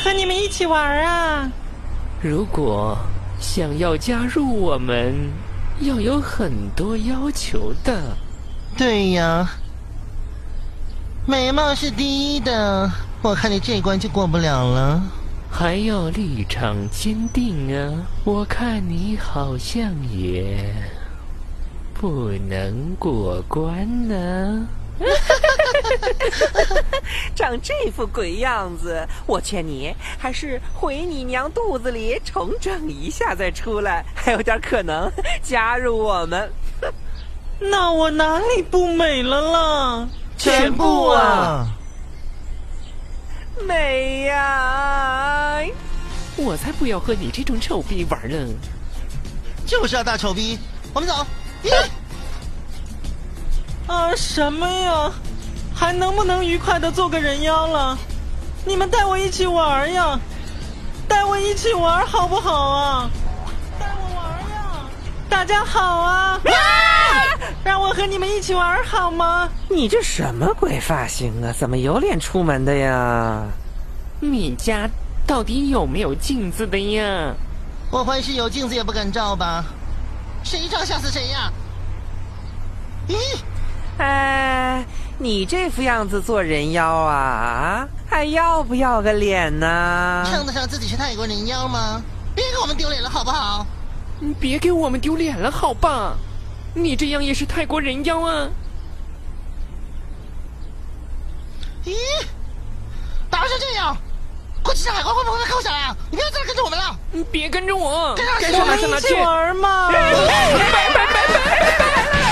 和你们一起玩啊！如果想要加入我们，要有很多要求的。对呀，美貌是第一的，我看你这关就过不了了。还要立场坚定啊！我看你好像也不能过关呢、长这副鬼样子，我劝你还是回你娘肚子里重整一下再出来，还有点可能加入我们。那我哪里不美了啦？全部啊！美呀、我才不要和你这种臭逼玩呢！就是啊，大丑逼，我们走。咦，啊什么呀？还能不能愉快的做个人妖了？你们带我一起玩呀！带我一起玩好不好啊？带我玩呀！大家好啊！让我和你们一起玩好吗？你这什么鬼发型啊？怎么有脸出门的呀？你家到底有没有镜子的呀？我怀疑是有镜子也不敢照吧？谁照吓死谁呀、咦，哎，你这副样子做人妖啊？还要不要个脸呢？称得上自己是泰国人妖吗？别给我们丢脸了好不好？你别给我们丢脸了，好吧？你这样也是泰国人妖啊！咦，打成这样，过去上海关会不会被扣下来啊？你不要再跟着我们了，你别跟着我，跟上去跟上我哪们去哪一去起？玩嘛！拜拜拜拜拜拜！